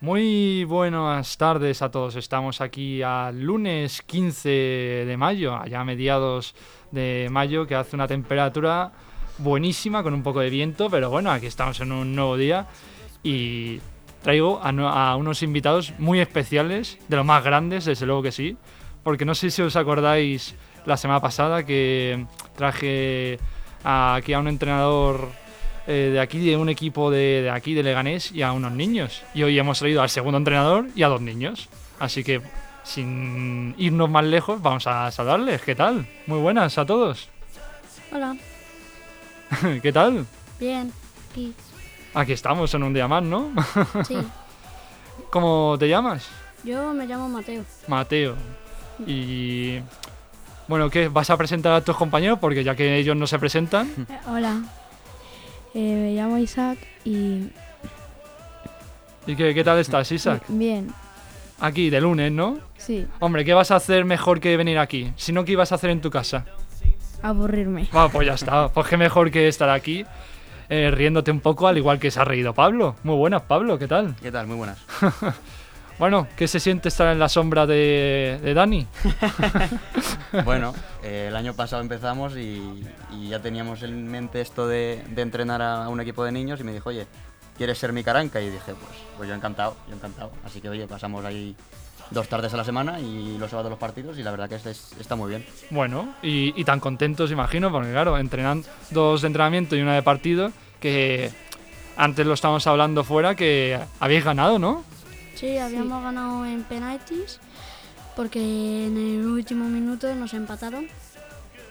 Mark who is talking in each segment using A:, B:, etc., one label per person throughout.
A: Muy buenas tardes a todos. Estamos aquí al lunes 15 de mayo, allá a mediados de mayo, que hace una temperatura buenísima con un poco de viento, pero bueno, aquí estamos en un nuevo día y traigo a, no- a unos invitados muy especiales, de los más grandes, desde luego que sí, porque no sé si os acordáis la semana pasada que traje a- aquí a un entrenador eh, de aquí, de un equipo de, de aquí, de Leganés, y a unos niños. Y hoy hemos traído al segundo entrenador y a dos niños. Así que, sin irnos más lejos, vamos a saludarles. ¿Qué tal? Muy buenas a todos.
B: Hola,
A: ¿Qué tal?
B: bien, aquí,
A: Aquí estamos en un día más, ¿no?
B: sí.
A: ¿Cómo te llamas?
B: Yo me llamo Mateo.
A: Mateo. Y. Bueno, ¿qué? ¿Vas a presentar a tus compañeros? Porque ya que ellos no se presentan.
B: hola, Eh, me llamo Isaac y
A: ¿Y qué, qué tal estás, Isaac?
B: bien,
A: Aquí, de lunes, ¿no?
B: sí,
A: Hombre, ¿qué vas a hacer mejor que venir aquí? Si no, ¿qué ibas a hacer en tu casa?
B: aburrirme.
A: Va, pues ya está. Pues qué mejor que estar aquí eh, riéndote un poco, al igual que se ha reído Pablo. Muy buenas, Pablo, ¿qué tal?
C: ¿Qué tal? Muy buenas.
A: Bueno, ¿qué se siente estar en la sombra de, de Dani?
C: Bueno, eh, el año pasado empezamos y, y ya teníamos en mente esto de, de entrenar a un equipo de niños y me dijo, oye, ¿quieres ser mi caranca? Y dije, pues, pues yo encantado, yo encantado. Así que, oye, pasamos ahí dos tardes a la semana y los sábados los partidos y la verdad que este es- está muy bien.
A: Bueno, y, y tan contentos, imagino, porque claro, entrenan dos de entrenamiento y una de partido, que antes lo estábamos hablando fuera, que habéis ganado, ¿no?
B: Sí, habíamos ganado en penaltis porque en el último minuto nos empataron.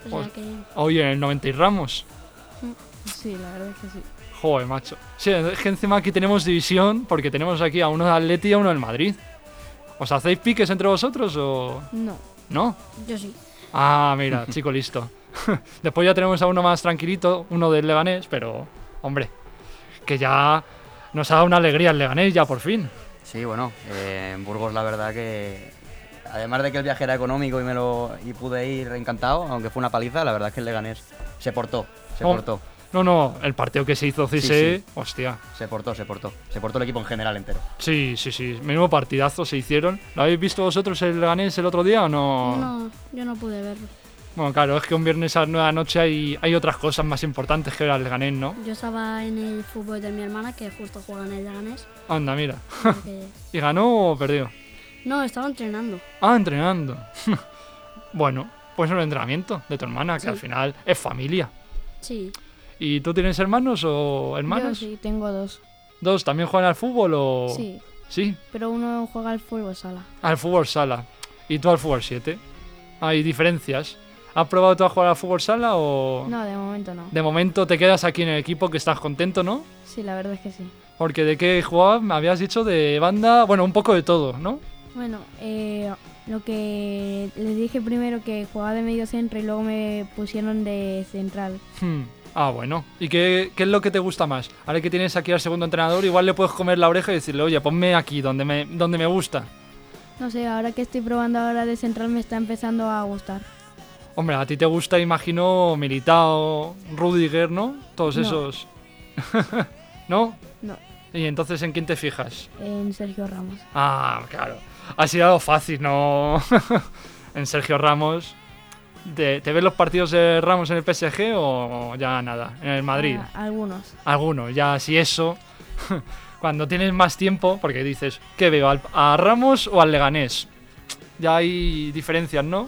B: O sea
A: Pues-
B: que
A: Hoy en el 90 y Ramos.
D: Sí, la verdad es que sí.
A: Joder, macho. Sí, es que encima aquí tenemos división, porque tenemos aquí a uno de Atleti y a uno del Madrid. ¿Os hacéis piques entre vosotros o
D: No.
A: no?
B: yo sí.
A: Ah, mira, chico listo. Después ya tenemos a uno más tranquilito, uno del Leganés, pero hombre, que ya nos ha dado una alegría el Leganés ya por fin.
C: Sí, bueno, eh, en Burgos la verdad que, además de que el viaje era económico y, me lo, y pude ir encantado, aunque fue una paliza, la verdad es que el Leganés se portó, se
A: Oh.
C: portó,
A: No, no, el partido que se hizo Cise, hostia.
C: se portó, se portó. Se portó el equipo en general entero.
A: Sí, sí, sí, menudo partidazo se hicieron. ¿Lo habéis visto vosotros el Leganés el otro día o no?
B: No, yo no pude verlo.
A: Bueno, claro, es que un viernes a nueva noche hay, hay otras cosas más importantes que ver al Leganés, ¿no?
B: Yo estaba en el fútbol de mi hermana que justo juega en el Leganés.
A: Anda, mira.
B: así que-
A: ¿Y ganó o perdió?
B: No, estaba entrenando.
A: Ah, entrenando. bueno, pues el entrenamiento de tu hermana, que al final es familia.
B: Sí,
A: ¿Y tú tienes hermanos o
D: Yo
A: hermanas?
D: sí, tengo dos.
A: ¿Dos también juegan al fútbol o...?
D: Sí,
A: ¿Sí?
D: pero uno juega al fútbol sala.
A: Al fútbol sala. ¿Y tú al fútbol 7? Hay diferencias. ¿Has probado tú a jugar al fútbol sala o...?
D: No, de momento no.
A: De momento te quedas aquí en el equipo que estás contento, ¿no?
D: Sí, la verdad es que sí.
A: Porque de qué jugabas, me habías dicho de banda, bueno, un poco de todo, ¿no?
D: Bueno, eh, lo que les dije primero que jugaba de medio centro y luego me pusieron de central.
A: Hmm. Ah, bueno. ¿Y qué, qué es lo que te gusta más? Ahora que tienes aquí al segundo entrenador, igual le puedes comer la oreja y decirle, oye, ponme aquí, donde me, donde me gusta.
D: No sé, ahora que estoy probando ahora de central me está empezando a gustar.
A: Hombre, a ti te gusta, imagino, Militao, Rudiger, ¿no? Todos
D: No.
A: esos. ¿No?
D: No,
A: ¿Y entonces en quién te fijas?
D: en Sergio Ramos.
A: Ah, claro. Ha sido fácil, ¿no? en Sergio Ramos. ¿Te, te ves los partidos de Ramos en el PSG o ya nada? En el Madrid.
D: Ah, algunos.
A: Algunos, ya si eso. Cuando tienes más tiempo, porque dices, ¿qué veo? al- ¿A Ramos o al Leganés? Ya hay diferencias, ¿no?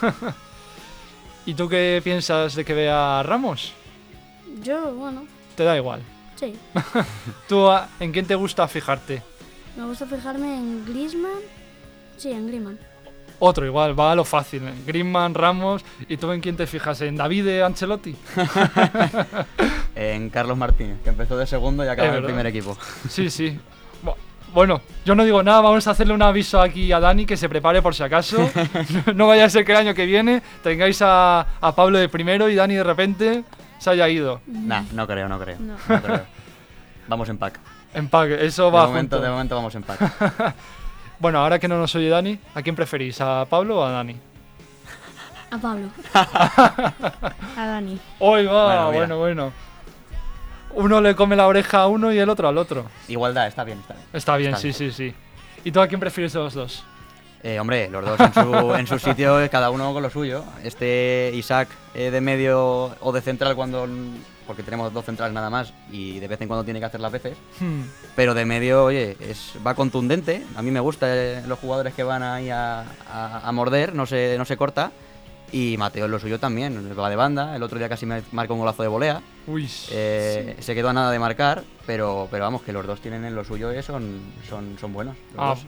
A: ¿Y tú qué piensas de que vea a Ramos?
B: yo, bueno,
A: Te da igual.
B: sí.
A: ¿Tú a- en quién te gusta fijarte?
B: Me gusta fijarme en Griezmann. Sí, en Griezmann.
A: Otro igual, va a lo fácil. ¿eh? Griezmann, Ramos, ¿y tú en quién te fijas? ¿En Davide Ancelotti?
C: En Carlos Martínez, que empezó de segundo y acaba
A: Es
C: en el
A: verdad.
C: primer equipo.
A: Sí, sí. Bu- Bueno, yo no digo nada, vamos a hacerle un aviso aquí a Dani que se prepare por si acaso. no vaya a ser que el año que viene tengáis a, a Pablo de primero y Dani de repente se haya ido.
C: Nah, no creo, no creo.
D: No.
C: no creo. Vamos en pack.
A: Empaque, eso
C: De
A: va
C: momento,
A: junto.
C: de momento vamos en pack.
A: Bueno, ahora que no nos oye Dani, ¿a quién preferís? ¿A Pablo o a Dani?
B: A Pablo.
D: A Dani.
A: Hoy va,
C: Bueno, mira.
A: bueno, bueno. uno le come la oreja a uno y el otro al otro.
C: Igualdad, está bien, está bien.
A: Está bien,
C: Está
A: sí,
C: bien.
A: sí, sí. ¿Y tú a quién prefieres de los dos?
C: Eh, hombre, los dos en su, en su sitio, eh, cada uno con lo suyo. Este Isaac eh, de medio o de central cuando... Porque tenemos dos centrales nada más y de vez en cuando tiene que hacer las veces.
A: Hmm,
C: Pero de medio, oye, es, va contundente. A mí me gustan los jugadores que van ahí a, a- a morder, no se, no se corta. Y Mateo es lo suyo también, va de banda. El otro día casi me marcó un golazo de volea.
A: Uy.
C: Eh, Se quedó a nada de marcar, pero, pero vamos, que los dos tienen en lo suyo eh, son, son, son buenos. los
A: Ah,
C: dos.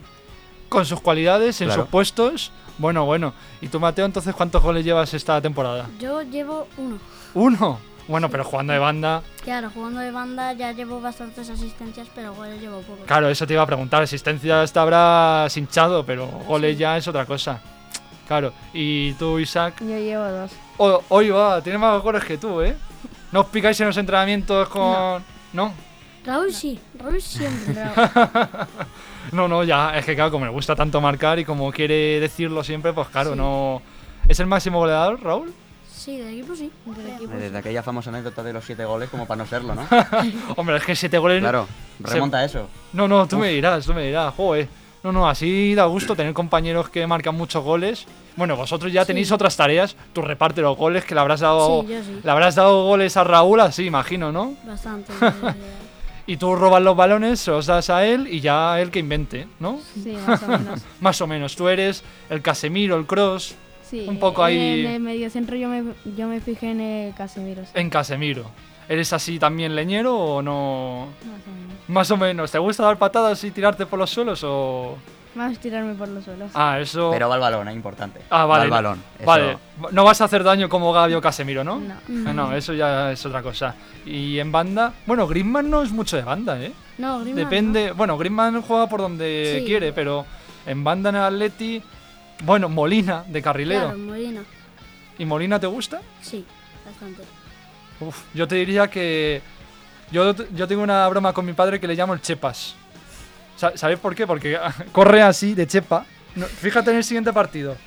A: con sus cualidades, en
C: Claro.
A: sus puestos. Bueno, bueno. ¿Y tú, Mateo, entonces cuántos goles llevas esta temporada?
B: Yo llevo uno.
A: Uno. Bueno, pero jugando de banda.
B: Claro, jugando de banda ya llevo bastantes asistencias, pero goles llevo pocos.
A: Claro, eso te iba a preguntar. Asistencia te habrás hinchado, pero goles ya es otra cosa. Claro. ¿Y tú, Isaac?
D: Yo llevo dos.
A: O- hoy va, tiene más goles que tú, ¿eh? No os picáis en los entrenamientos con... ¿No?
B: Raúl sí, Raúl siempre.
A: No, no, ya, es que claro, como le gusta tanto marcar y como quiere decirlo siempre, pues claro,
B: Sí.
A: no... ¿Es el máximo goleador, Raúl?
B: Sí, del equipo sí.
D: Del
B: creo.
D: equipo.
C: Desde aquella famosa anécdota de los siete goles, como para no serlo, ¿no?
A: Hombre, es que siete goles...
C: Claro,
A: Se-
C: remonta a eso.
A: No, no, tú me dirás, tú me dirás, joder. No, no, así da gusto tener compañeros que marcan muchos goles. Bueno, vosotros ya tenéis otras tareas, tú reparte los goles que le habrás dado...
B: Sí, yo sí.
A: Le habrás dado goles a Raúl así, imagino, ¿no?
B: Bastante.
A: Y tú robas los balones, se los das a él y ya él que invente, ¿no?
D: Sí, más o menos.
A: Más o menos, tú eres el Casemiro, el Cross,
D: Sí,
A: Un poco ahí-
D: En el mediocentro yo me, yo me fijé en el Casemiro. sí,
A: en Casemiro. ¿Eres así también leñero o no?
D: Más o menos.
A: Más o menos, ¿te gusta dar patadas y tirarte por los suelos o...?
D: Más tirarme por los suelos.
A: Ah, eso...
C: Pero va el balón, es importante.
A: Ah,
C: Va
A: vale.
C: el balón. eso-
A: Vale, no vas a hacer daño como Gabio Casemiro, ¿no?
D: No.
A: Ah,
B: Mm.
A: no, eso ya es otra cosa. Y en banda, bueno, Griezmann no es mucho de banda, ¿eh?
B: No, Griezmann,
A: Depende, bueno, Griezmann juega por donde
B: Sí.
A: quiere, pero en banda en el Atleti, bueno, Molina de
B: ¿no?
A: carrilero.
B: Claro, Molina.
A: ¿Y Molina te gusta?
B: Sí, bastante.
A: Uf, yo te diría que. Yo, yo tengo una broma con mi padre que le llamo el Chepas. Sa- ¿Sabéis por qué? Porque corre así, de Chepa. No, fíjate en el siguiente partido.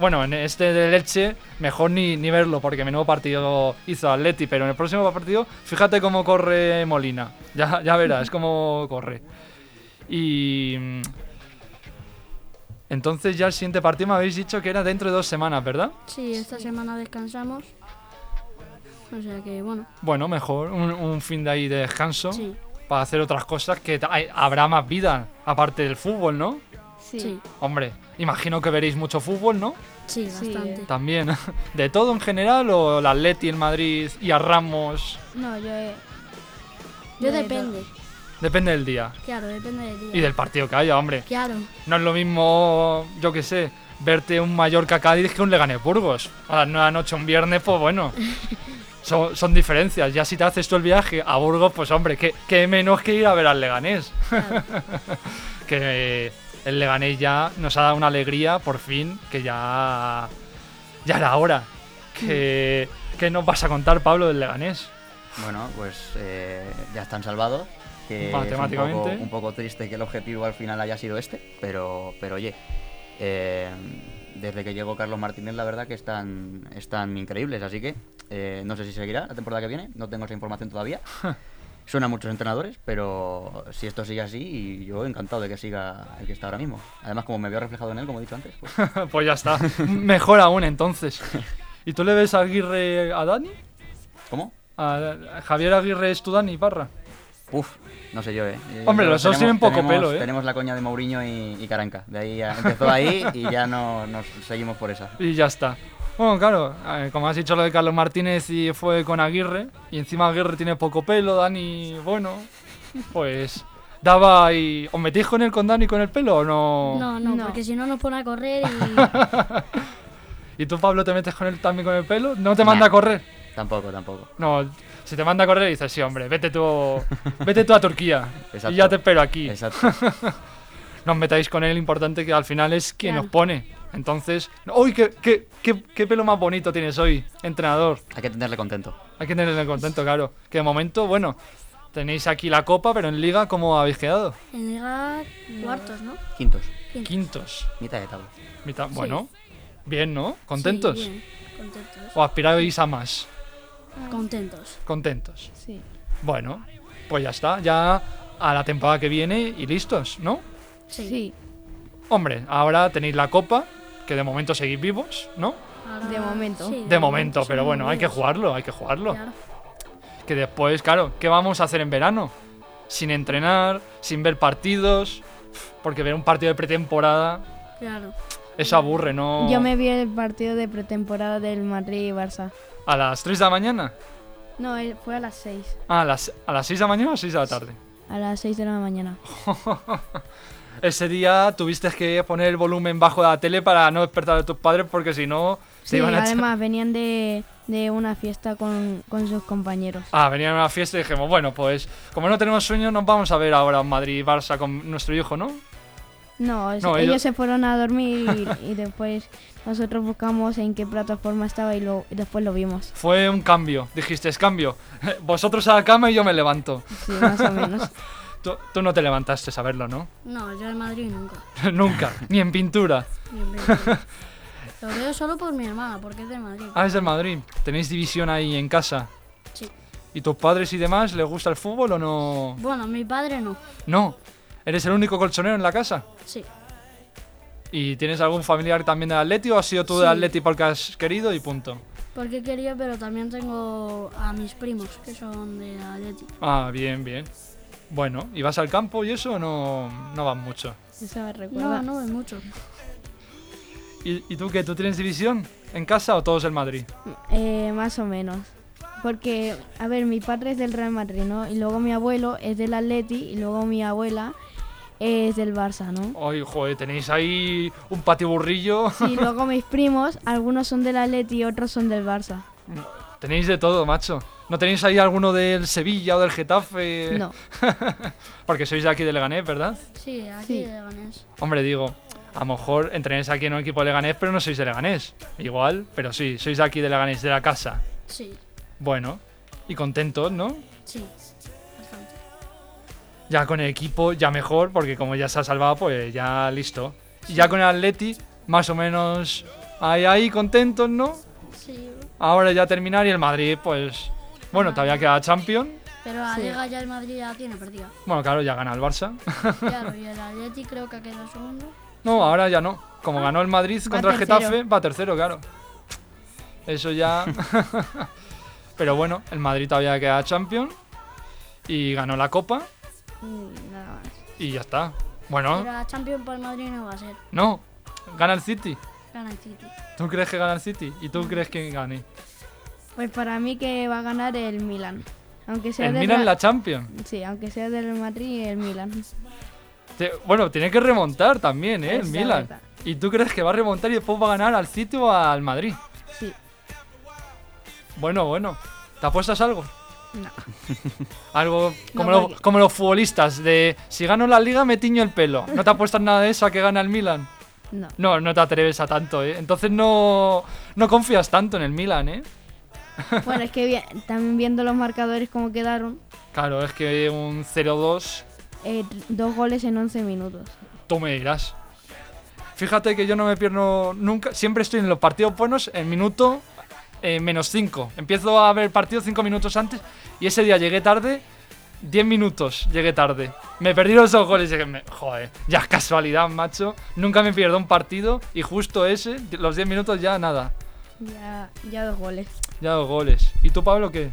A: Bueno, en este de Leche, mejor ni, ni verlo, porque menudo partido hizo Atleti, pero en el próximo partido, fíjate cómo corre Molina. Ya, ya verás cómo corre. Y. mm, Entonces, ya el siguiente partido me habéis dicho que era dentro de dos semanas, ¿verdad?
B: Sí, esta semana descansamos. O sea que, bueno,
A: Bueno, mejor un, un fin de ahí de descanso
B: sí,
A: para hacer otras cosas que ta- hay- habrá más vida aparte del fútbol, ¿no?
D: Sí.
B: sí,
A: Hombre, imagino que veréis mucho fútbol, ¿no?
B: sí,
D: Sí.
B: bastante.
A: También de todo en general o el Atleti en Madrid y a Ramos,
D: No, yo he-
B: Yo
D: de todo.
B: depende,
A: depende del día
B: claro, depende del día.
A: y del partido que haya, hombre.
B: Claro,
A: No es lo mismo, yo qué sé, verte un Mallorca Cádiz que un Leganés Burgos. A las nueve de la noche un viernes, pues bueno. Son, son diferencias. Ya si te haces tú el viaje a Burgos, pues hombre, qué, qué menos que ir a ver al Leganés.
B: claro.
A: que el Leganés ya nos ha dado una alegría, por fin, que ya, ya era hora. Que, ¿Qué nos vas a contar, Pablo, del Leganés?
C: Bueno, pues eh, ya están salvados. Que
A: Matemáticamente.
C: Es un, poco, un poco triste que el objetivo al final haya sido este, pero, pero oye, eh, desde que llegó Carlos Martínez, la verdad que están, están increíbles. Así que eh, no sé si seguirá la temporada que viene, no tengo esa información todavía. Suena a muchos entrenadores, pero si esto sigue así, y yo encantado de que siga el que está ahora mismo. Además, como me veo reflejado en él, como he dicho antes, pues,
A: pues ya está, mejor aún entonces. ¿Y tú le ves a Aguirre a Dani?
C: ¿cómo?
A: ¿A Javier Aguirre es tu Dani Parra?
C: Uf, no sé yo, eh. Eh,
A: Hombre,
C: yo-
A: los dos tienen poco
C: tenemos-
A: pelo, eh.
C: Tenemos la coña de Mourinho y, y Caranca. De ahí ya empezó ahí y ya no nos seguimos por esa.
A: Y ya está. Bueno, claro, eh, como has dicho lo de Carlos Martínez y fue con Aguirre, y encima Aguirre tiene poco pelo, Dani, bueno, pues daba y... ¿Os metís con él, con Dani, con el pelo o
B: No, no,
D: No.
B: porque si no nos pone a correr y...
A: ¿Y tú, Pablo, te metes con él también con el pelo? ¿No te
C: Nah.
A: manda a correr?
C: Tampoco, tampoco.
A: No, si te manda a correr dices, sí, hombre, vete tú, vete tú a Turquía y ya
C: Exacto.
A: te espero aquí.
C: Exacto.
A: No os metáis con él, importante que al final es quien
B: Claro.
A: nos pone. Entonces, ¡uy, qué, qué, qué, qué pelo más bonito tienes hoy, entrenador!
C: Hay que tenerle contento.
A: Hay que tenerle contento, claro. Que de momento, bueno, tenéis aquí la copa, pero en liga, ¿cómo habéis quedado?
B: En Liga cuartos, ¿no?
C: Quintos.
A: Quintos.
C: Mitad de tabla.
A: Mitad- Bueno, bien, ¿no? ¿Contentos?
B: Sí, bien, contentos.
A: ¿O aspiráis a más?
B: Contentos.
A: Contentos.
D: Sí.
A: Bueno, pues ya está, ya a la temporada que viene y listos, ¿no?
B: Sí.
A: Hombre, ahora tenéis la copa, que de momento seguís vivos, ¿no?
B: Ahora-
D: De momento.
B: sí,
A: De momento,
B: sí,
A: pero bueno, hay que
B: amigos.
A: jugarlo, hay que jugarlo.
B: Claro.
A: Que después, claro, ¿qué vamos a hacer en verano? Sin entrenar, sin ver partidos, porque ver un partido de pretemporada,
B: Claro.
A: eso aburre, ¿no?
D: Yo me vi el partido de pretemporada del Madrid y Barça.
A: ¿A las 3 de la mañana?
D: No, él fue a las 6.
A: Ah, ¿a las, ¿a las 6 de la mañana o 6 de la tarde?
D: A las 6 de la mañana.
A: Oh, Ese día tuviste que poner el volumen bajo de la tele para no despertar a tus padres porque si no te
D: Sí,
A: iban a echar.
D: además venían de, de una fiesta con, con sus compañeros.
A: Ah, venían a una fiesta y dijimos, bueno, pues como no tenemos sueño, nos vamos a ver ahora Madrid-Barça con nuestro hijo, ¿no?
D: No, es-
A: No,
D: ellos...
A: ellos-
D: se fueron a dormir y, y después nosotros buscamos en qué plataforma estaba y, lo, y después lo vimos.
A: Fue un cambio, dijiste, es cambio. Vosotros a la cama y yo me levanto.
D: Sí, más o menos.
A: Tú, tú no te levantaste a verlo, ¿no?
B: No, yo en Madrid nunca.
A: Nunca, ni en pintura.
B: Ni en Benfica. Lo veo solo por mi hermana, porque es de Madrid.
A: Ah, es del Madrid. ¿Tenéis división ahí en casa?
B: Sí.
A: ¿Y tus padres y demás les gusta el fútbol o no?
B: Bueno, mi padre no.
A: No. ¿Eres el único colchonero en la casa?
B: Sí.
A: ¿Y tienes algún familiar también del Atleti o has sido tú del Atleti porque has querido y punto?
B: Porque quería, pero también tengo a mis primos, que son de Atleti.
A: Ah, bien, bien. Bueno, ¿y vas al campo y eso o no, no vas mucho?
D: Eso me recuerda.
B: No, no es mucho.
A: ¿Y, y tú qué? ¿Tú tienes división en casa o todos el Madrid?
D: Eh, más o menos. Porque, a ver, mi padre es del Real Madrid, ¿no? Y luego mi abuelo es del Atleti y luego mi abuela es del Barça, ¿no?
A: Ay, joder, tenéis ahí un patiburrillo.
D: Sí, luego mis primos, algunos son del Atleti y otros son del Barça.
A: Tenéis de todo, macho. ¿No tenéis ahí alguno del Sevilla o del Getafe?
D: No.
A: Porque sois de aquí de Leganés, ¿verdad?
B: Sí, aquí
D: Sí.
B: de Leganés.
A: Hombre, digo, a lo mejor entrenáis aquí en un equipo de Leganés, pero no sois de Leganés. Igual, pero sí, sois de aquí de Leganés, de la casa.
B: Sí,
A: Bueno, y contentos, ¿no?
B: sí. Bastante.
A: Ya con el equipo, ya mejor, porque como ya se ha salvado, pues ya listo. Y ya con el Atleti, más o menos ahí, ahí, contentos, ¿no?
B: Sí,
A: Ahora ya terminar y el Madrid, pues. Bueno, todavía queda Champions.
B: pero la
D: Sí.
B: Liga ya el Madrid ya tiene perdida.
A: Bueno, claro, ya gana el Barça.
B: Claro, y el Atleti creo que ha quedado segundo.
A: No, ahora ya no. Como ganó el Madrid
D: Ah, Va
A: contra el
D: tercero.
A: Getafe, va tercero, claro. Eso ya. Pero bueno, el Madrid todavía queda Champions. Y ganó la Copa.
D: Mm, Nada más.
A: Y ya está. Bueno,
B: Pero la Champions para el Madrid no va a ser.
A: no. Gana el City.
B: Gana el City.
A: ¿Tú crees que gana el City? ¿Y
D: Mm.
A: tú crees que gane?
D: Pues para mí que va a ganar el Milan. Aunque sea
A: El
D: del
A: Milan
D: Ra-
A: la Champions.
D: Sí, aunque sea del Madrid y el Milan.
A: Te- Bueno, tiene que remontar también, ¿eh? El
D: Es la
A: Milan.
D: verdad.
A: ¿Y tú crees que va a remontar y después va a ganar al City o al Madrid?
D: Sí.
A: Bueno, bueno. ¿Te apuestas algo?
D: No.
A: Algo como,
D: No,
A: lo-
D: porque-
A: como los futbolistas de si gano la liga me tiño el pelo. ¿No te apuestas nada de eso a que gana el Milan?
D: No.
A: No, no te atreves a tanto, ¿eh? Entonces no, no confías tanto en el Milan, ¿eh?
D: Bueno, es que vi- también viendo los marcadores como quedaron,
A: Claro, es que un 0-2,
D: eh, dos goles en 11 minutos.
A: tú me dirás. Fíjate que yo no me pierdo nunca, siempre estoy en los partidos buenos en minuto eh, menos 5. Empiezo a ver el partido 5 minutos antes y ese día llegué tarde, 10 minutos llegué tarde. Me perdí los dos goles y dije, "Me- joder, ya es casualidad, macho. Nunca me pierdo un partido y justo ese, los 10 minutos ya nada,
D: Ya, ya dos goles.
A: ya dos goles. ¿Y tú, Pablo, qué?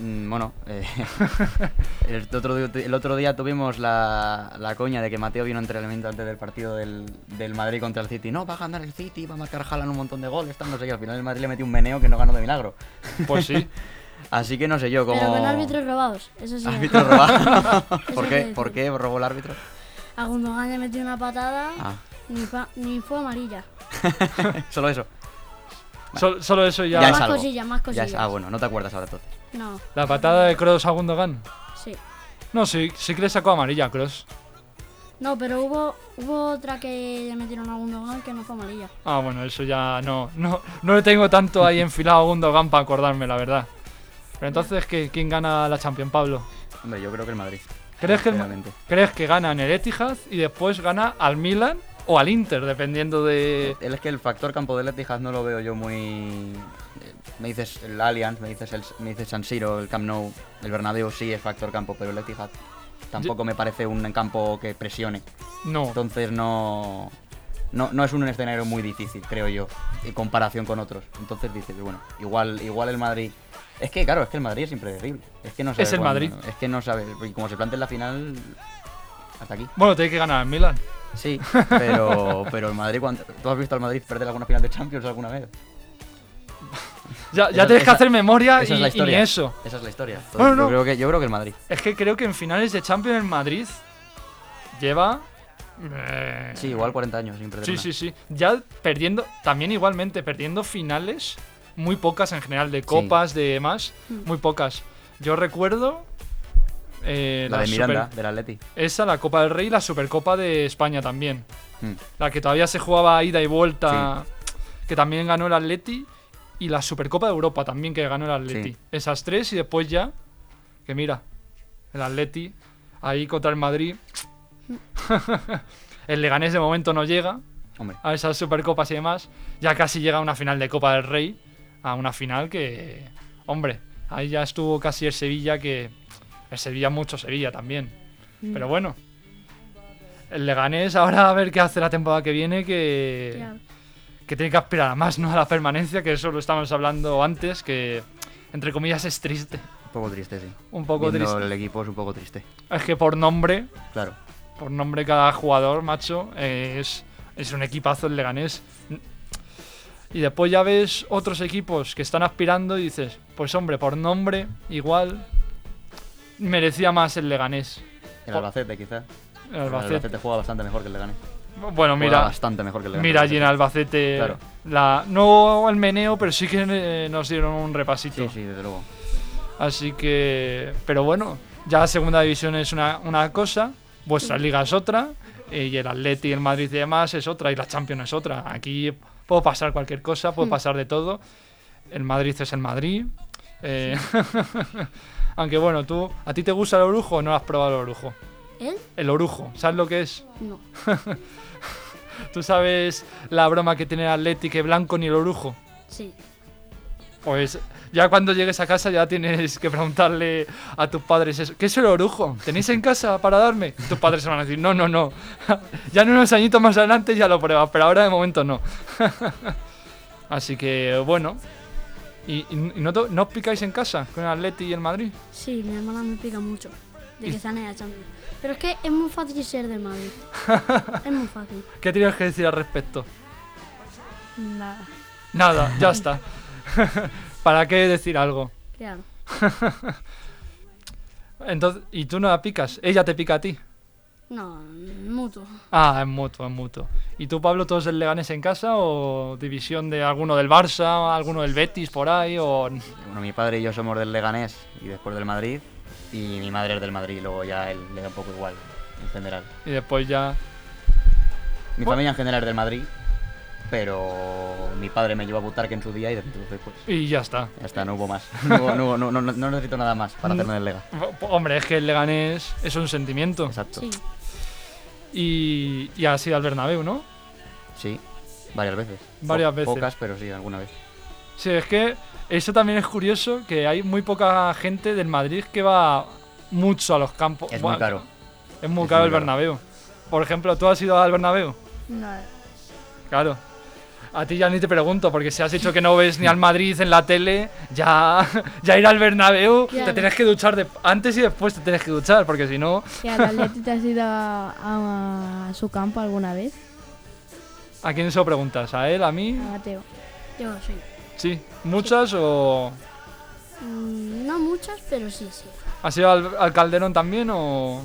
C: Mm, Bueno, eh, el, otro, di- el otro día tuvimos la, la coña de que Mateo vino a entrenamiento antes del partido del, del Madrid contra el City. No, va a ganar el City, va a marcar Jalan un montón de goles, tal, no sé qué. Al final el Madrid le metió un meneo que no ganó de milagro.
A: Pues sí,
C: Así que no sé yo cómo...
B: Pero con árbitros robados, eso sí.
C: Árbitro robado. ¿Por
B: Eso
C: qué?
B: es.
C: ¿Por qué robó el árbitro?
B: A Gundogan le metió una patada,
C: Ah,
B: ni, fa- ni fue amarilla.
C: solo eso.
A: Sol- solo eso ya.
C: Ya es
B: más
C: algo.
B: cosillas, más
C: Ya
B: cosillas.
C: es- ah, bueno, no te acuerdas ahora entonces.
B: No,
A: La patada de Kroos a Gundogan.
B: sí.
A: No, sí, sí que le sacó amarilla a Kroos.
B: No, pero hubo, hubo otra que le metieron a Gundogan que no fue amarilla.
A: Ah, bueno, eso ya no, no, no le tengo tanto ahí enfilado a Gundogan para acordarme, la verdad. Pero entonces, ¿qué- ¿quién gana la Champions, Pablo?
C: Hombre, yo creo que el Madrid.
A: ¿Crees que, el-
C: Sinceramente.
A: ¿Crees que gana en el Etihad y después gana al Milan o al Inter, dependiendo de...
C: Él Eh, es que el factor campo del Etihad no lo veo yo muy... eh, Me dices el Allianz, me dices, el, me dices San Siro, el Camp Nou, el Bernabéu sí es factor campo, pero el Etihad tampoco me parece un campo que presione.
A: No,
C: Entonces no, no, no es un escenario muy difícil, creo yo, en comparación con otros. Entonces dices, bueno, igual, igual el Madrid... Es que, claro, es que el Madrid es impredecible. Es que no sabes
A: el
C: cuándo,
A: Madrid.
C: Es que no sabes. Y como se plantea en la final, hasta aquí.
A: bueno, tiene que ganar el Milan.
C: Sí, pero, pero el Madrid, cuando, ¿tú has visto al Madrid perder alguna final de Champions alguna vez?
A: Ya, ya
C: Esa-
A: tienes que
C: esa-
A: hacer memoria y,
C: Esa es la
A: y ni
C: historia.
A: eso.
C: Esa es la historia. Entonces,
A: Bueno, no. Eh,
C: yo, creo que, yo creo que el Madrid.
A: Es que creo que en finales de Champions en Madrid lleva... eh,
C: Sí, igual 40 años sin perder
A: Sí,
C: una.
A: sí, sí. Ya perdiendo, también igualmente, perdiendo finales, muy pocas en general, de copas, de demás, muy pocas. Yo recuerdo... eh,
C: La de
A: Super-
C: Miranda, del Atleti.
A: esa, la Copa del Rey y la Supercopa de España también.
C: Mm.
A: La que todavía se jugaba ida y vuelta, que también ganó el Atleti. Y la Supercopa de Europa también que ganó el Atleti.
C: Sí.
A: Esas tres y después ya, que mira, el Atleti ahí contra el Madrid. el Leganés de momento no llega
C: Hombre,
A: a esas Supercopas y demás. Ya casi llega a una final de Copa del Rey, a una final que, hombre, ahí ya estuvo casi el Sevilla que... El Sevilla mucho Sevilla también. Pero bueno. El Leganés ahora a ver qué hace la temporada que viene, que,
B: Claro.
A: que tiene que aspirar a más, ¿no? A la permanencia, que eso lo estábamos hablando antes, que entre comillas es triste.
C: un poco triste, sí.
A: Un poco
C: Viendo
A: triste.
C: el equipo es un poco triste.
A: Es que por nombre,
C: Claro.
A: por nombre cada jugador, macho, eh, es, es un equipazo el Leganés. Y después ya ves otros equipos que están aspirando y dices, pues hombre, por nombre, igual merecía más el Leganés.
C: El
A: Oh.
C: Albacete, quizás.
A: El
C: El
A: Albacete.
C: Albacete juega bastante mejor que el Leganés.
A: Bueno,
C: Juega
A: Pues mira,
C: bastante mejor que el Leganés.
A: Mira allí en Albacete.
C: Claro.
A: La, no el meneo, pero sí que eh, nos dieron un repasito.
C: Sí, sí, desde luego.
A: Así que. Pero bueno, ya la segunda división es una, una cosa, vuestra liga es otra, eh, y el Atleti, el Madrid y demás es otra, y la Champions es otra. Aquí puede pasar cualquier cosa, puede pasar de todo. El Madrid es el Madrid. eh, Aunque bueno, tú. ¿A ti te gusta el orujo o no has probado el orujo?
B: ¿Él?
A: El orujo, ¿sabes lo que es?
B: No.
A: ¿Tú sabes la broma que tiene el Atleti que blanco ni el orujo?
B: Sí.
A: Pues ya cuando llegues a casa ya tienes que preguntarle a tus padres eso. ¿Qué es el orujo? ¿Tenéis en casa para darme? Tus padres se van a decir, no, no, no. ya en unos añitos más adelante ya lo pruebas, pero ahora de momento no. Así que bueno. ¿Y, y- y no, to- no os picáis en casa con el Atleti y el Madrid?
B: Sí, mi hermana me pica mucho de que sane a Champions. Pero es que es muy fácil ser de Madrid. es muy fácil.
A: ¿Qué tienes que decir al respecto?
D: Nada.
A: Nada, ya está. ¿Para qué decir algo?
B: Claro.
A: Entonces, ¿y tú no la picas? Ella te pica a ti.
B: No, mutuo.
A: Ah, es mutuo, es mutuo. ¿Y tú, Pablo, todos el Leganés en casa o división de alguno del Barça, alguno del Betis por ahí o
C: Bueno, mi padre y yo somos del Leganés y después del Madrid. Y mi madre es del Madrid, luego ya él le da un poco igual, en general.
A: y después ya
C: Mi
A: Pues-
C: familia en general es del Madrid, pero mi padre me llevó a votar que en su día y entonces pues
A: y ya está.
C: ya está, no hubo más. No, hubo- no hubo- no- no- no necesito nada más
A: Mm.
C: para hacerme del Lega.
A: P- Hombre, es que el Leganés es un sentimiento.
C: Exacto.
B: Sí.
A: Y, y ha sido al Bernabéu, ¿no?
C: Sí, varias veces.
A: Varias
C: Po-
A: veces.
C: Pocas, pero sí, alguna vez.
A: Sí, es que eso también es curioso, que hay muy poca gente del Madrid que va mucho a los campos.
C: Es
A: Bueno,
C: muy caro.
A: Es muy
C: Es
A: caro
C: muy
A: el
C: caro.
A: Bernabéu. Por ejemplo, ¿tú has ido al Bernabéu?
D: Nada.
A: Claro. A ti ya ni te pregunto, porque si has dicho que no ves ni al Madrid en la tele, ya, ya ir al Bernabéu, te
B: Claro.
A: tienes que duchar de- antes y después te tienes que duchar, porque si no,
D: ¿Y al Atleti te has ido a, a- a su campo alguna vez?
A: ¿a quién se lo preguntas? ¿A él? ¿A mí?
D: A Mateo.
B: Yo sí.
A: Sí. ¿Muchas o...?
B: Mm, no muchas, pero sí, sí.
A: ¿Has ido al, al Calderón también o...?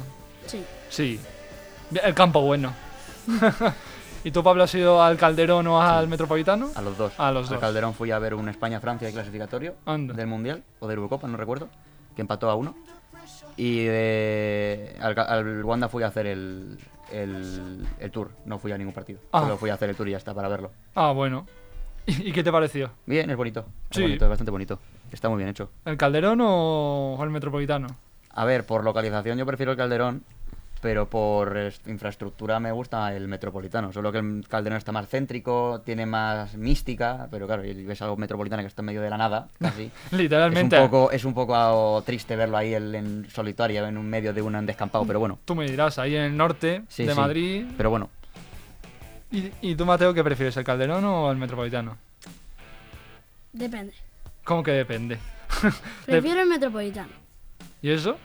B: Sí.
A: Sí. El campo bueno. ¿Y tú, Pablo, has ido al Calderón o al Metropolitano?
C: A los dos.
A: A los
C: Al
A: dos.
C: Calderón fui a ver un España-Francia de clasificatorio
A: Anda.
C: del Mundial o de Eurocopa, no recuerdo, que empató a uno. Y de, al, ca- al Wanda fui a hacer el, el, el tour, no fui a ningún partido.
A: Ah.
C: Solo fui a hacer el tour y ya está, para verlo.
A: Ah, bueno. ¿Y, y qué te pareció?
C: Bien, es bonito. Es
A: Sí.
C: bonito, es bastante bonito. Está muy bien hecho.
A: ¿El Calderón o o el Metropolitano?
C: A ver, por localización yo prefiero el Calderón, pero por es- infraestructura me gusta el Metropolitano, solo que el Calderón está más céntrico, tiene más mística, pero claro, y ves algo Metropolitano que está en medio de la nada, casi.
A: Literalmente.
C: Es un poco, es un poco triste verlo ahí el- en solitario, en un medio de un descampado, pero bueno.
A: Tú me dirás, ahí en el norte
C: Sí,
A: de
C: sí.
A: Madrid.
C: Pero bueno,
A: ¿Y, y tú, Mateo, qué prefieres, el Calderón o el Metropolitano?
B: Depende.
A: ¿Cómo que depende?
B: Prefiero el metropolitano.
A: ¿Y eso?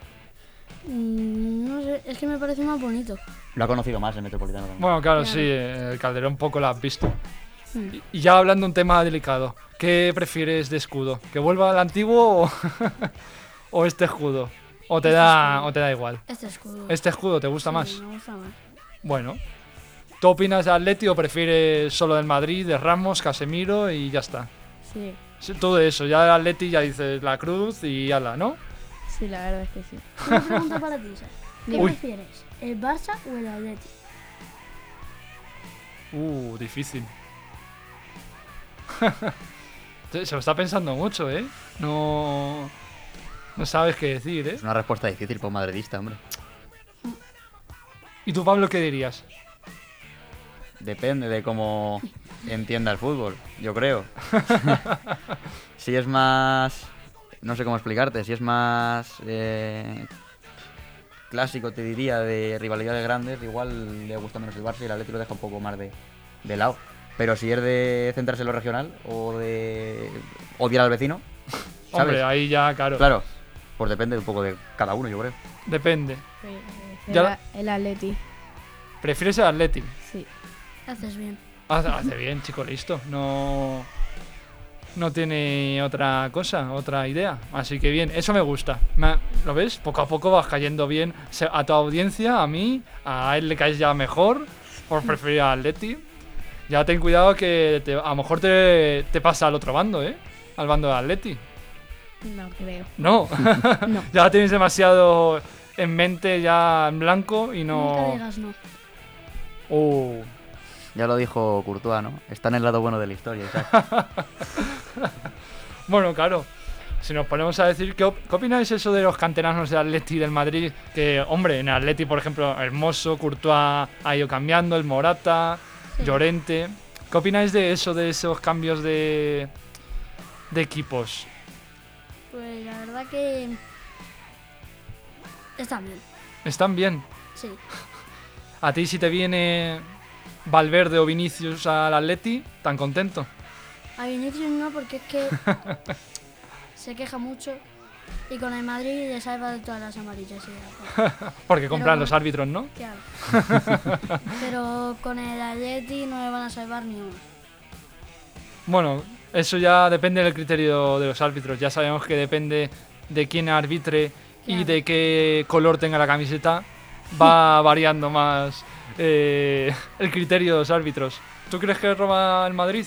B: Mm, No sé, es que me parece más bonito.
C: lo ha conocido más el Metropolitano. también.
A: Bueno, claro,
B: Claro.
A: sí, el Calderón poco la has visto.
B: Mm.
A: Y ya hablando de un tema delicado, ¿qué prefieres de escudo? ¿Que vuelva al antiguo o, o este escudo? ¿O te, da, ¿O te da igual?
B: Este escudo.
A: ¿Este escudo te gusta
B: Este Sí,
A: más?
B: Me gusta más.
A: Bueno. ¿Tú opinas de Atleti o prefieres solo del Madrid, de Ramos, Casemiro y ya está?
D: Sí,
A: Sí, Todo eso, ya del Atleti ya dices la cruz y ala, ¿no?
D: sí, la verdad es que sí.
E: Una pregunta para ti, Isa. ¿Qué
A: Uy.
E: prefieres, el Barça o el Atleti?
A: Uh, difícil. Se se lo está pensando mucho, ¿eh? No. No sabes qué decir, ¿eh?
C: Es una respuesta difícil por madridista, hombre.
A: ¿Y tú, Pablo, qué dirías?
C: Depende de cómo entienda el fútbol, yo creo. si es más. No sé cómo explicarte, si es más. eh, clásico, te diría, de rivalidades grandes, igual le gusta menos el Barça y el Atlético lo deja un poco más de, de lado. Pero si es de centrarse en lo regional o de odiar al vecino, ¿sabes?
A: Hombre, ahí ya, claro.
C: Claro, pues depende un poco de cada uno, yo creo.
A: Depende.
D: El,
A: Ya la-
D: el Atleti,
A: Prefieres el Atleti.
D: sí.
B: Haces bien.
A: Haz- Hace bien, chico, listo. No. No tiene otra cosa, otra idea. Así que bien, eso me gusta. Me ha- ¿Lo ves? Poco a poco vas cayendo bien se- a tu audiencia, a mí, a él le caes ya mejor, por preferir al Leti. Ya ten cuidado que te- a lo mejor te, te pasa al otro bando, ¿eh? Al bando de Atleti.
D: No creo.
A: No.
D: No.
A: ya tienes demasiado en mente, ya en blanco y
B: Nunca
A: no.
B: digas no.
A: Uh.
C: Ya lo dijo Courtois, ¿no? Está en el lado bueno de la historia, Isaac.
A: Bueno, claro. Si nos ponemos a decir, ¿qué, op- qué opináis eso de los canteranos del Atleti y del Madrid? Que, hombre, en el Atleti, por ejemplo, Hermoso, Courtois ha ido cambiando, el Morata, Llorente. ¿Qué opináis de eso, de esos cambios de, de equipos?
B: Pues la verdad que. Está bien.
A: ¿Están bien?
B: Sí.
A: ¿A ti si te viene Valverde o Vinicius al Atleti, tan contento?
B: A Vinicius no, porque es que se queja mucho. Y con el Madrid le salva de todas las amarillas. y ya,
A: Porque compran
B: no.
A: los árbitros, ¿no?
B: claro. Pero con el Atleti no le van a salvar ni uno.
A: Bueno, eso ya depende del criterio de los árbitros. Ya sabemos que depende de quién arbitre y
B: Claro.
A: de qué color tenga la camiseta. Va variando más eh, el criterio de los árbitros. ¿Tú crees que roba el Madrid?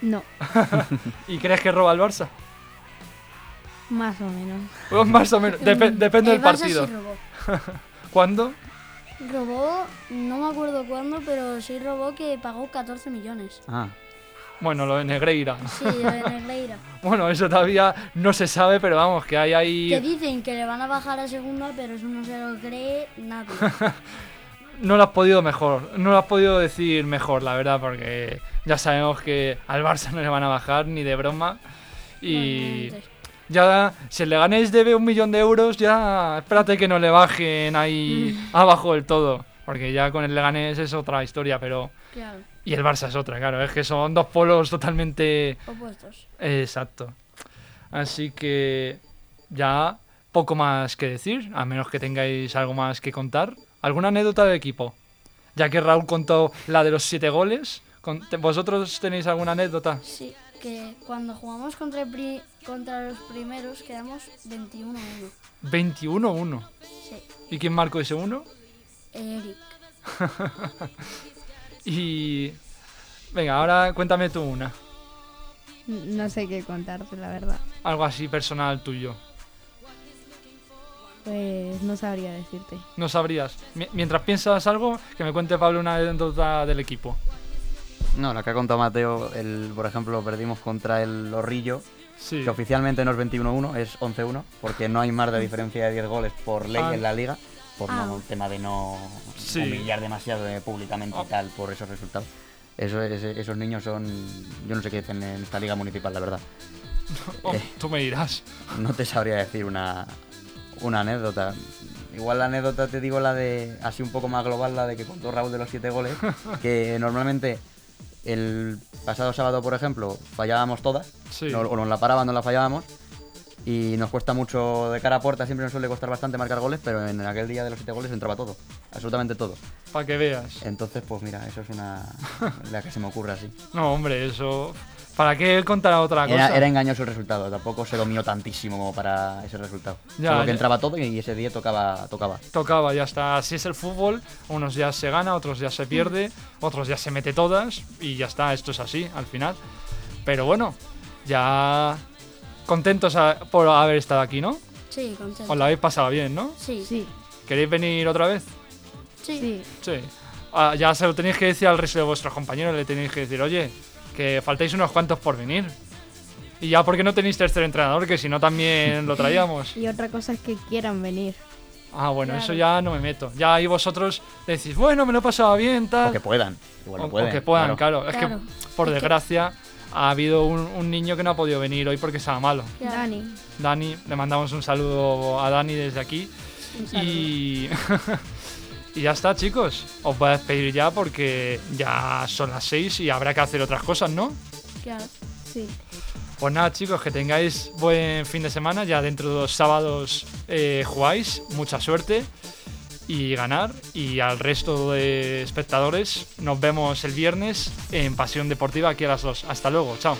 D: No,
A: ¿Y crees que roba el Barça?
D: más o menos.
A: Pues más o menos. Depe- depende
B: el
A: del partido.
B: Barça sí robó.
A: ¿Cuándo?
B: Robó, no me acuerdo cuándo, pero sí robó que pagó 14 millones.
C: Ah,
A: Bueno, lo de Negreira.
B: Sí, lo de Negreira.
A: Bueno, eso todavía no se sabe, pero vamos, que hay
B: Que
A: ahí.
B: dicen que le van a bajar a segunda, pero eso no se lo cree nadie.
A: No lo has podido mejor. No lo has podido decir mejor, la verdad, porque ya sabemos que al Barça no le van a bajar ni de broma. Y.
B: Normalmente.
A: Ya, si el Leganés debe un millón de euros, ya espérate que no le bajen ahí abajo del todo. Porque ya con el Leganés es otra historia, pero...
B: Claro,
A: Y el Barça es otra, claro. Es que son dos polos totalmente...
B: opuestos.
A: Exacto. Así que ya poco más que decir, a menos que tengáis algo más que contar. ¿Alguna anécdota del equipo? Ya que Raúl contó la de los siete goles, con- ¿vosotros tenéis alguna anécdota?
B: Sí, que cuando jugamos contra, el pri- contra los primeros quedamos 21 1.
A: 21-1.
B: Sí,
A: ¿Y quién marcó ese uno?
B: Eric.
A: Y. Venga, ahora cuéntame tú una.
D: N- No sé qué contarte, la verdad.
A: Algo así personal tuyo.
D: Pues no sabría decirte.
A: No sabrías. Mi- mientras piensas algo, que me cuente Pablo una anécdota del equipo.
C: No, lo que ha contado Mateo, el, por ejemplo, perdimos contra el Orrillo,
A: Sí.
C: que oficialmente no es 21-1, es 11-1, porque no hay más de diferencia de 10 goles por ley
A: Ah.
C: en la liga. por
B: Ah.
C: no- el tema de no
A: Sí. Ah.
C: humillar demasiado eh, públicamente y tal por esos resultados. Eso, ese- esos niños son. Yo no sé qué hacen en esta liga municipal, la verdad.
A: Oh, tú me dirás.
C: No te sabría decir una, una anécdota. Igual la anécdota te digo la de, así un poco más global, la de que contó Raúl de los siete goles, que normalmente el pasado sábado, por ejemplo, fallábamos todas,
A: Sí.
C: no- o nos la paraban, no la fallábamos, y nos cuesta mucho de cara a puerta, siempre nos suele costar bastante marcar goles, pero en aquel día de los siete goles entraba todo, absolutamente todo.
A: Para que veas.
C: Entonces, pues mira, eso es una... la que se me ocurre así.
A: No, hombre, eso. ¿Para qué él contará otra cosa?
C: Era, era engañoso el resultado, tampoco se lo mío tantísimo como para ese resultado.
A: Ya,
C: Solo que
A: ya.
C: entraba todo y ese día tocaba, tocaba.
A: Tocaba, ya está. Así es el fútbol. Unos días se gana, otros días se
C: Mm.
A: pierde, otros días se mete todas y ya está. Esto es así al final. Pero bueno, ya contentos a- por haber estado aquí, ¿no?
B: Sí, contento.
A: Os la habéis pasado bien, ¿no?
B: Sí, sí.
D: Sí,
A: ¿Queréis venir otra vez?
D: sí.
A: Sí. Ah, ya se lo tenéis que decir al resto de vuestros compañeros, le tenéis que decir, oye, que faltáis unos cuantos por venir. Y ya porque no tenéis tercer entrenador, que si no también lo traíamos.
D: Y otra cosa es que quieran venir.
A: Ah, bueno, eso ya no me meto. Ya ahí vosotros decís, bueno, me lo he pasado bien, tal.
C: O que puedan. Igual
A: O-
C: no
A: o
C: pueden.
A: que Ah. puedan,
C: claro.
A: claro. Es
B: Claro.
A: que, por desgracia, ha habido un, un niño que no ha podido venir hoy porque estaba malo.
B: Claro.
D: Dani,
A: Dani, le mandamos un saludo a Dani desde aquí.
B: Un saludo.
A: Y... y ya está, chicos. Os voy a despedir ya porque ya son las 6 y habrá que hacer otras cosas, ¿no?
B: Claro.
D: sí.
A: Pues nada, chicos, que tengáis buen fin de semana. Ya dentro de dos sábados eh, jugáis. Mucha suerte y ganar. Y al resto de espectadores, nos vemos el viernes en Pasión Deportiva aquí a las 2. Hasta luego, chao.